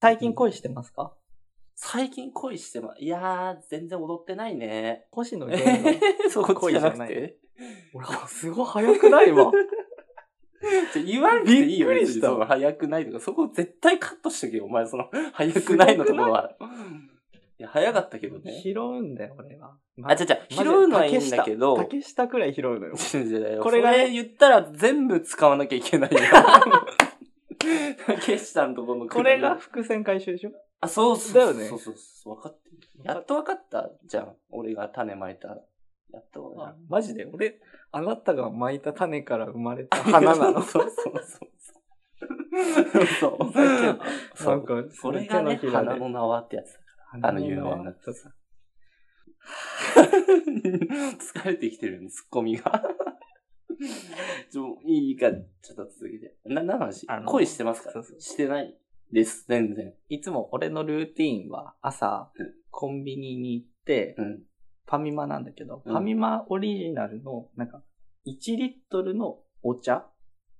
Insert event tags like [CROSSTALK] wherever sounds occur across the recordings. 最近恋してますか最近恋してま、いやー、全然踊ってな [LAUGHS] いね。星野え源の。ー、そ [LAUGHS] こっちじ恋じゃなゃなくいて俺、すごい早くないわ。ちょ言わなくていいよ、びっくり別にしたその早くないとか、そこ絶対カットしとけよ、お前、その、早くないのところは。いや、早かったけどね。拾うんだよ、俺は。あ、違う違う、拾うのはいいんだけど、竹下くらい拾うの [LAUGHS] よ。違う違う違うここれれがが、ね言ったら全部使わなきゃいけないよ。ケシさんとこのくだこりれが、伏線回収でしょあ、そうそうそう。だよねそうそうそう。分かってる。やっと分かったじゃん。俺が種まいた。やっと分かった。マジで俺、あなたが巻いた種から生まれた [LAUGHS] 花なの。そうそうそうそう。そ [LAUGHS] う。そなんう。か、それがね、手のひらで花の縄ってや [LAUGHS] つ。あの有名な。そうそう疲れてきてるね、ツッコ [LAUGHS] ミが。ちょ、いいか、ちょっと続けて。な、何の話あの恋してますかそうそうしてないです、全然。いつも俺のルーティーンは朝うん、コンビニに行って、うん。ファミマなんだけど、うんファミマオリジナルの、なんか、1リットルのお茶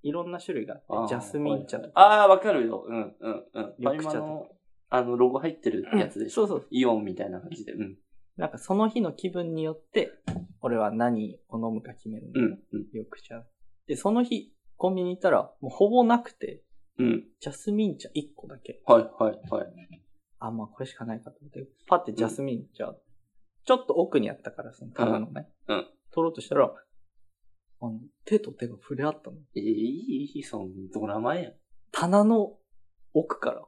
いろんな種類があっあーて、ジャスミン茶とか。ああ、わかるよ。うん、うん、うん。緑茶とかファミマの、あの、ロゴ入ってるやつでしょ。うんそうそう。イオンみたいな感じで。うん。なんかその日の気分によって、俺は何を飲むか決めるんだうよ、ん、うん、緑茶。で、その日、コンビニ行ったら、もうほぼなくて、うん。ジャスミン茶1個だけ。はい、はい、はい。あ、まあこれしかないかと思って、パってジャスミン茶、ちょっと奥にあったから、その棚のね、うんうん取ろうとしたら、あの、手と手が触れ合ったの。えーいい、いい、そのドラマやん。棚の奥から。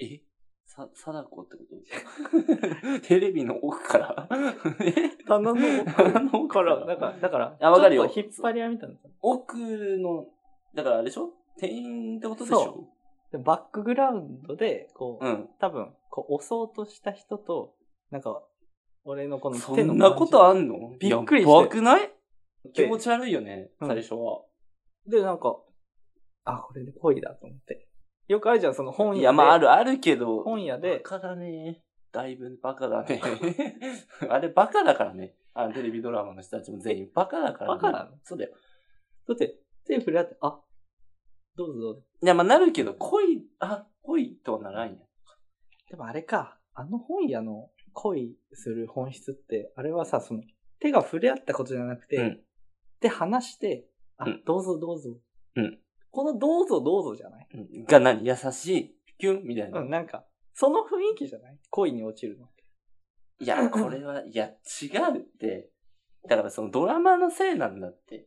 えさ、貞子ってこと [LAUGHS] テレビの奥から [LAUGHS] え棚の棚の奥か、かららだから、だから、あわかるちよょっと引っ張り合いみたいな。奥の、だからあれでしょ店員ってことでしそょでバックグラウンドで、こう、うん。多分、こう、押そうとした人と、なんか、俺のこのそ手のんなことあんのびっくりしていや怖くない気で持ち悪いよね、うん最初は。で、なんか、あ、これで恋だと思って。よくあるじゃん、その本屋で。いや、まあある、あるけど。本屋でバカだね。だいぶバカだね。 [LAUGHS] あれ、バカだからね。あのテレビドラマの人たちも全員バカだから、ね。バカなのそうだよ。だって、手触れ合って、あ、どうぞどうぞ。いや、まあなるけど、恋、あ、恋とはならんや。でもあれか、あの本屋の恋する本質って、あれはさ、その、手が触れ合ったことじゃなくて、うんで、話して、あ、うんどうぞどうぞ。うんこのどうぞどうぞじゃないうんが何優しいキュンみたいな。うん、なんか、その雰囲気じゃない恋に落ちるの。いや、これは、いや、違うって。だからそのドラマのせいなんだって。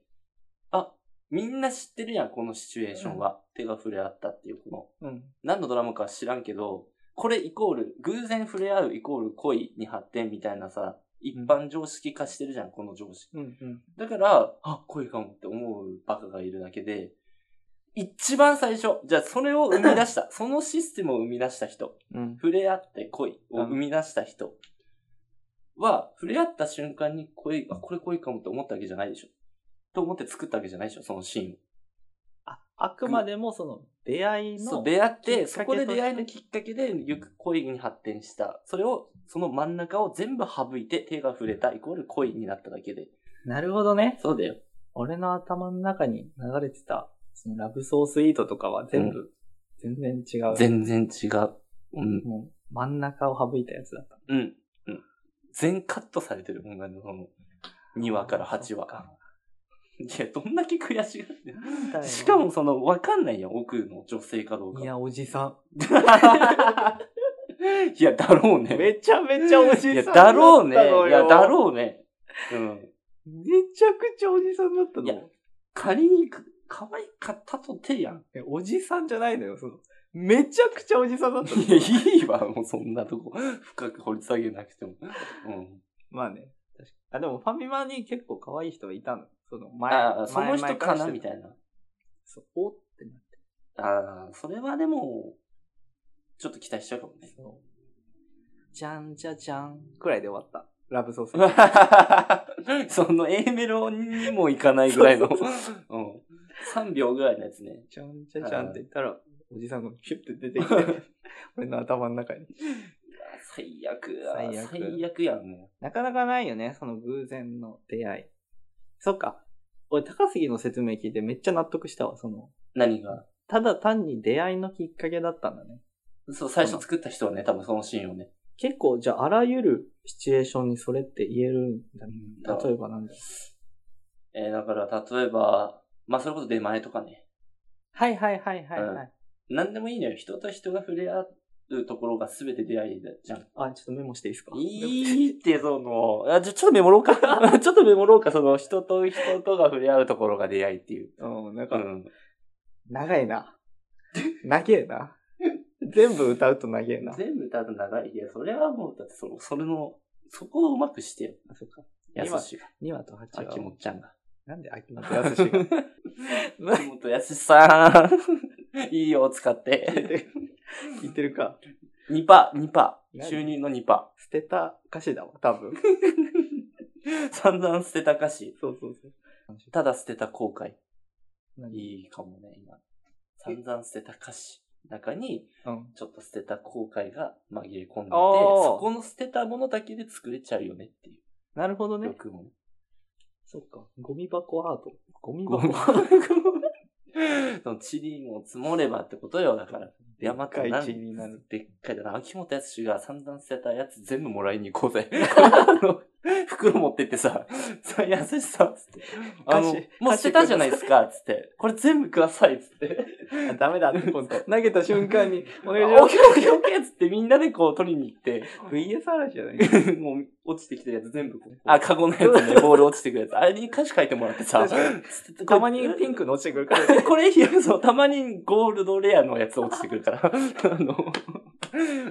あ、みんな知ってるやん、このシチュエーションは。手が触れ合ったっていう、この。うん。何のドラマか知らんけど、これイコール、偶然触れ合うイコール恋に発展みたいなさ、一般常識化してるじゃん、この常識。うん、うん。だから、あ、恋かもって思うバカがいるだけで、一番最初、じゃあそれを生み出した、そのシステムを生み出した人、うん。触れ合って恋を生み出した人は、触れ合った瞬間に恋、あ、これ恋かもって思ったわけじゃないでしょ。と思って作ったわけじゃないでしょ、そのシーンを。あ、あくまでもその出会いの。そう、出会っきっかけて、としてそこで出会いのきっかけで、よく恋に発展した。それを、その真ん中を全部省いて、手が触れたイコール恋になっただけで。なるほどね。そうだよ。俺の頭の中に流れてた、そのラブソースイートとかは全部、全然違う。全然違う。うん。もう、真ん中を省いたやつだった。うん。うん。全カットされてる、女のその、2話から8話。いや、どんだけ悔しがってんのしかも、もその、わかんないやん、奥の女性かどうか。いや、おじさ。[LAUGHS] いや、だろうんね。めちゃめちゃおじさんいだや、ったのよ。だろうね。いや、だろうね。うん。う。めちゃくちゃおじさんだったの。いや仮にか、可愛かったとて [LAUGHS] やん。えおじさんじゃないのよ、その。めちゃくちゃおじさんだったの。いや、いいわ、もうそんなとこ。深く掘り下げなくても。うん。まあね。確かにあ、でもファミマに結構可愛い人はいたの。その前、ああ、その前人々からなしてみたいな。そう、おってなって。ああ、それはでも、ちょっと期待しちゃう [LAUGHS] かもね。そう。じゃんじゃじゃんくらいで終わった。ラブソー [LAUGHS] ス。その A メロにもいかないぐらいの。そううん。3秒ぐらいのやつね。じゃんじゃじゃんって言ったら、おじさんがピュッて出てき [LAUGHS] て、俺の頭の中に。最悪だ。最最悪悪やん、もなかなかないよね、その偶然の出会い。そっか。俺、高杉の説明聞いてめっちゃ納得したわ、その、う。何が。ただ単に出会いのきっかけだったんだね。そう、最初作った人はね、多分そのシーンをね。結構、じゃあ、あらゆるシチュエーションにそれって言えるんだね。だ例えばなんだろうえーだから、例えば、まあ、それこそ出前とかね。はいはいはいはいはい。なんでもいいのよ。人と人が触れ合うところが全て出会いだじゃん。あ、ちょっとメモしていいですかいいって、その、あ、じゃ、ちょっとメモろうか。 [LAUGHS] ちょっとメモろうか、その、人と人とが触れ合うところが出会いっていう。うん、なんうか、ん。長いな。長えな。全部歌うと長えな。全部多分長い。いや、それはもう、だってその、それの、そこをうまくしてよ。あ、そっか。や今すしが。 2話と8話秋を。元ちゃんが。なんで秋元康 [LAUGHS] が。 [LAUGHS] 秋元康さん。いいよ、使っ聞い [LAUGHS] て。て聞いてるか。 2パ、2パ。何収入の2パ。捨てた歌詞だわ、多 [LAUGHS] 分。散々捨てた歌詞。そうそうそう。ただ捨てた後悔。何いいかもね、今。散々捨てた歌詞。中に、うん。ちょっと捨てた後悔が紛れ込んおでて、ーそこの捨てたものだけで作れちゃうよねっていなるほどう。ね。欲もね。そっか。ゴミ箱アート。ゴミご箱 [LAUGHS] めんアート。そのチリも積もればってことよ、だから。山かかいな地になる。でっかいだな。秋元康が散々捨てたやつ全部もらいに行こ [LAUGHS] うぜ。あの袋持ってってさ、さ、優しさ、つって。あおの菓子、もう捨てたじゃないですか、つって。これ全部ください、つって。あ [LAUGHS] ダメだってこと。投げた瞬間に、 [LAUGHS] おオ願いッしケーオまッすケ。ーオッケーオッケー、つってみんなでこう取りに行 [LAUGHS] って。 VS 嵐 [LAUGHS] じゃないもう落ちてきたやつ全部こう。あ、カゴ [LAUGHS] のやつね、ボール落ちてくるやつ。あれに歌詞書いてもらってさ。たまにピンクの落ちてくるから。 [LAUGHS] これいいよ、そう、たまにゴールドレアのやつ落ちてくるから。あの、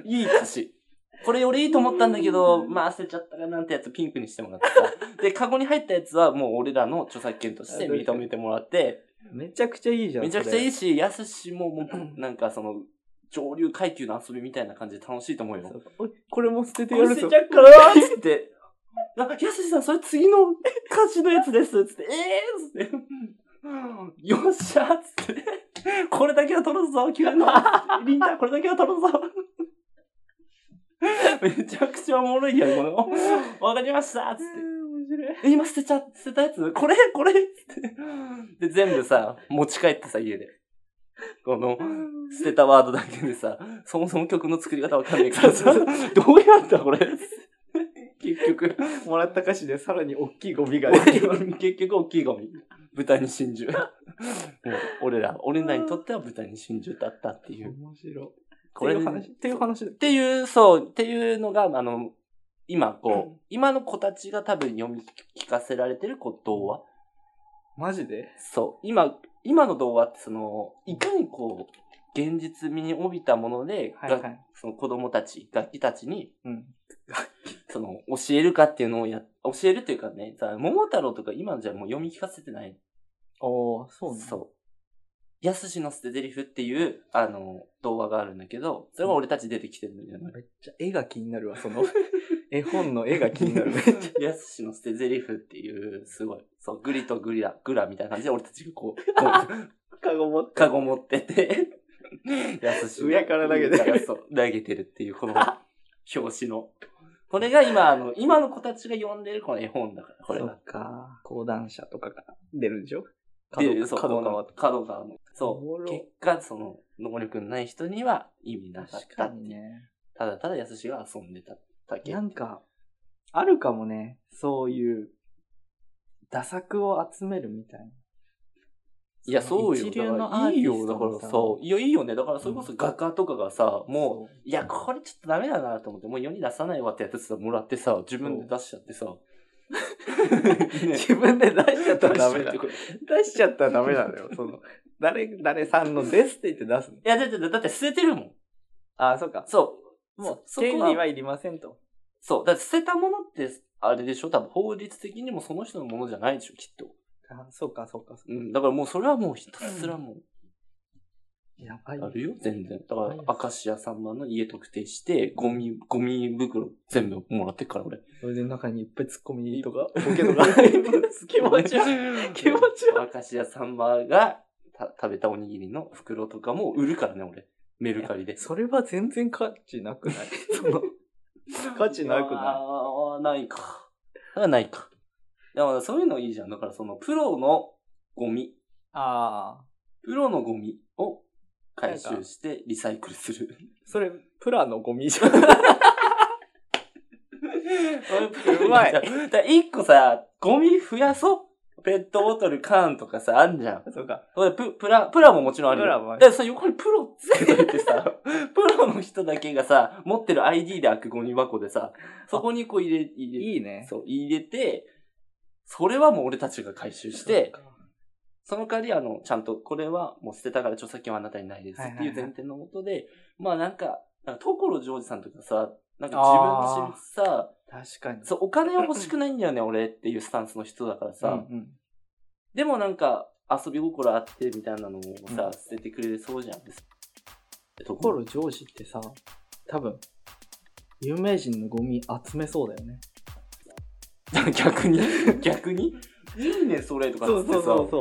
いい歌詞。これ俺いいと思ったんだけど、まあ、捨てちゃったかなんてやつピンクにしてもらってさ。で、カゴに入ったやつはもう俺らの著作権として認めてもらって、めちゃくちゃいいじゃん。めちゃくちゃいい。いし、やすしも、もう、なんかその、上流階級の遊びみたいな感じで楽しいと思うよそ。うおいこれも捨ててこやれる捨ぞてち。ゃうからなーっつって。あ、やすしさん、それ次の歌詞のやつですっつって、ええー、っつって。よっしゃーっつって。これだけは取るぞ、9の。リンタ、これだけは取るぞ。めちゃくちゃおもろいやん、この。わかりましたっつって。え今捨てちゃ、捨てたやつこれこれっつって。で、全部さ、持ち帰ってさ、家で。この、捨てたワードだけでさ、そもそも曲の作り方わかんないからさ、どうやったこれ [LAUGHS] 結局。もらった歌詞でさらに大きいゴミが出てる。結局大きいゴミ。豚に真 [LAUGHS] 珠。もう俺ら、俺らにとっては豚に真珠だったっていう。 [LAUGHS] 面白い。これっていうね、話。っていう話だっ。ていう、そう、っていうのが、あの、今こう、今の子たちが多分読み聞かせられてるこう童話。マジでそう、今、今の童話ってその、いかにこう、現実味に帯びたもので、はいはがい。その子供たち、楽器たちに、うん。その、教えるかっていうのをや、教えるというかね、さ、桃太郎とか今じゃもう読み聞かせてない。おー、そうね。そう。やすしの捨て台詞っていう、あの、童話があるんだけど、それが俺たち出てきてるんだよね。めっちゃ絵が気になるわ、その。絵本の絵が気になる。やすしの捨て台詞っていう、すごい。そう、グリとグリラ、グラみたいな感じで俺たちがこう、こ [LAUGHS] うカゴ [LAUGHS] 持っカゴ持ってて、やすし。上から投げてる上からそう、投げてるっていう、この、表紙の。これが今、あの、今の子たちが読んでるこの絵本だから、これそが。っか。講談社とかが出るんでしょで、そう、角川とか。角川の。おもそう。ろ結果、その、能力のない人には意味なかっ確たかってにいう。ね。ただただやすしが遊んでただけ。なんか、あるかもね。そういう、打作を集めるみたいな。いや、そうよ。一流だのからアーいティいスよ。トだかのらさそう。いや、いいよね。だから、それこそ画家とかがさ、もう、いや、これちょっとダメだなと思って、もう世に出さないわってやつさ、もらってさ、自分で出しちゃってさ。う、 [LAUGHS] ね自分で出しちゃったらダメ出しちだゃって。 [LAUGHS] これい出しちゃったらダメなのよ。 [LAUGHS] その、誰、誰さんのですって言って出すの。や、だって、だって捨ててるもん。ああ、そっか。そう。もう、そそ権こ利は、はいりませんと。そう。だって捨てたものって、あれでしょ多分法律的にもその人のものじゃないでしょ、きっと。あそうか、そうか、そううか。ん。だからもうそれはもうひたすらもう、やばいね。あるよ、全然。だかはらい、アカシアさんまの家特定して、ゴミ、ゴミ袋全部もらってっから、俺。それで中にいっぱい突っ込みとか、ボボケケととかか入ってる気持 [LAUGHS] ち悪い。悪気持ち悪い。明石家さんまがた食べたおにぎりの袋とかも売るからね、俺。メルカリで。それは全然価値なく [LAUGHS] ないその、価値なくないあーないか。あないか。だからそういうのいいじゃん。だからそのプロのゴミ、ああ。プロのゴミを回収してリサイクルする。それ、プラのゴミ [LAUGHS] じゃん。うまいだから一個さ、ゴミ増やそう。ペットボトル、缶とかさ、あんじゃん。そうか。それププラ、プラももちろんあるよ。プラもあるだからさ、横にプロつけといて [LAUGHS] さ、プロの人だけがさ、持ってる ID で開くゴミ箱でさ、そこにこう入れ、入れ、いいね。そう、入れて、それはもう俺たちが回収して、その代わり、あの、ちゃんと、これはもう捨てたから著作権はあなたにないですはいはっいてはいいう前提のもとで、まあなんか、なんか所ジョージさんとかさ、なんか自分の知るさ、確かに。そう、お金は欲しくないんだよね、俺っていうスタンスの人だからさ、うんうんでもなんか、遊び心あってみたいなのをさ、うん捨ててくれそうじゃん。とこ心ろジョージってさ、多分、有名人のゴミ集めそうだよね。 [LAUGHS] 逆に、逆にいいね、それとかっつってさ、そう。